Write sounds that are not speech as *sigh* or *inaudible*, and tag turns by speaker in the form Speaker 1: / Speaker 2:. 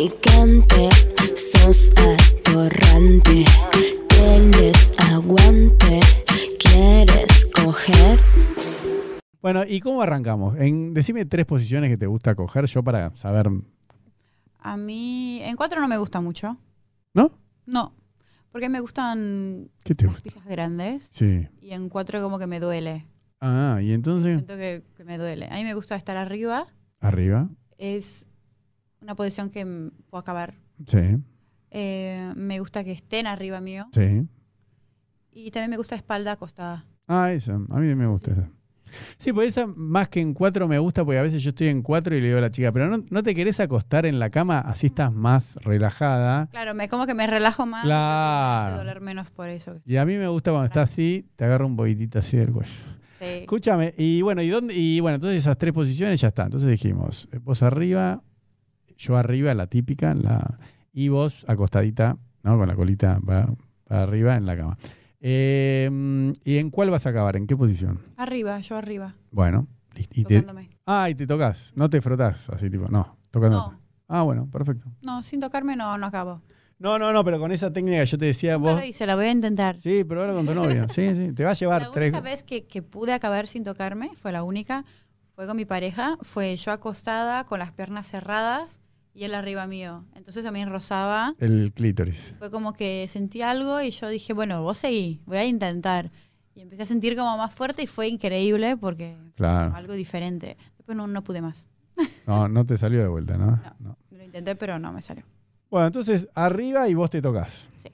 Speaker 1: atorrante, sos atorrante. Tienes aguante, quieres coger.
Speaker 2: Bueno, ¿y cómo arrancamos? En, decime tres posiciones que te gusta coger yo para saber.
Speaker 3: A mí, en cuatro no me gusta mucho.
Speaker 2: ¿No?
Speaker 3: No, porque me gustan
Speaker 2: ¿Qué te
Speaker 3: las
Speaker 2: gusta?
Speaker 3: pijas grandes
Speaker 2: Sí.
Speaker 3: y en cuatro como que me duele.
Speaker 2: Ah, y entonces,
Speaker 3: Siento que, que me duele. A mí me gusta estar arriba.
Speaker 2: arriba.
Speaker 3: Es una posición que mm, puedo acabar.
Speaker 2: Sí,
Speaker 3: Eh, me gusta que estén arriba mío.
Speaker 2: sí.
Speaker 3: Y también me gusta espalda acostada.
Speaker 2: Ah, esa. A mí me gusta
Speaker 3: sí.
Speaker 2: esa. Sí, pues esa más que en cuatro me gusta porque a veces yo estoy en cuatro y le digo a la chica, pero no, no te querés acostar en la cama, así estás más relajada.
Speaker 3: Claro, me como que me relajo más. porque Me
Speaker 2: Claro.
Speaker 3: hace doler menos por eso.
Speaker 2: Y a mí me gusta cuando está así, te agarra un poquitito así del cuello.
Speaker 3: Sí.
Speaker 2: Escúchame, y bueno, y dónde, y bueno, entonces esas tres posiciones ya están. Entonces dijimos, eh, vos arriba, yo arriba, la típica, la, y vos acostadita, ¿no? Con la colita para, para arriba en la cama. Eh, mm, ¿Y en cuál vas a acabar? ¿En qué posición?
Speaker 3: Arriba, yo arriba,
Speaker 2: Bueno, y, y te,
Speaker 3: tocándome.
Speaker 2: ah, y te tocas, no te frotás, así tipo, no, tocando.
Speaker 3: No,
Speaker 2: Ah, bueno, perfecto.
Speaker 3: no, sin tocarme no, no acabo.
Speaker 2: No, no, no, pero con esa técnica que yo te decía,
Speaker 3: Nunca
Speaker 2: vos.
Speaker 3: lo hice, la voy a intentar.
Speaker 2: Sí, pero ahora con tu novia. Sí, sí, *laughs* te va a
Speaker 3: La
Speaker 2: llevar tres.
Speaker 3: única vez que, que pude acabar sin tocarme, fue la única, fue con mi pareja, fue yo acostada con las piernas cerradas y él arriba mío. Entonces también rozaba,
Speaker 2: El clítoris.
Speaker 3: fue como que sentí algo y yo dije, bueno, vos seguí, voy a intentar. Y empecé a sentir como más fuerte y fue increíble porque
Speaker 2: Claro.
Speaker 3: algo diferente. Después no, no pude más.
Speaker 2: No, no te salió de vuelta, ¿no?
Speaker 3: Lo intenté, pero no me salió.
Speaker 2: Bueno, entonces arriba y vos te tocas.
Speaker 3: Sí.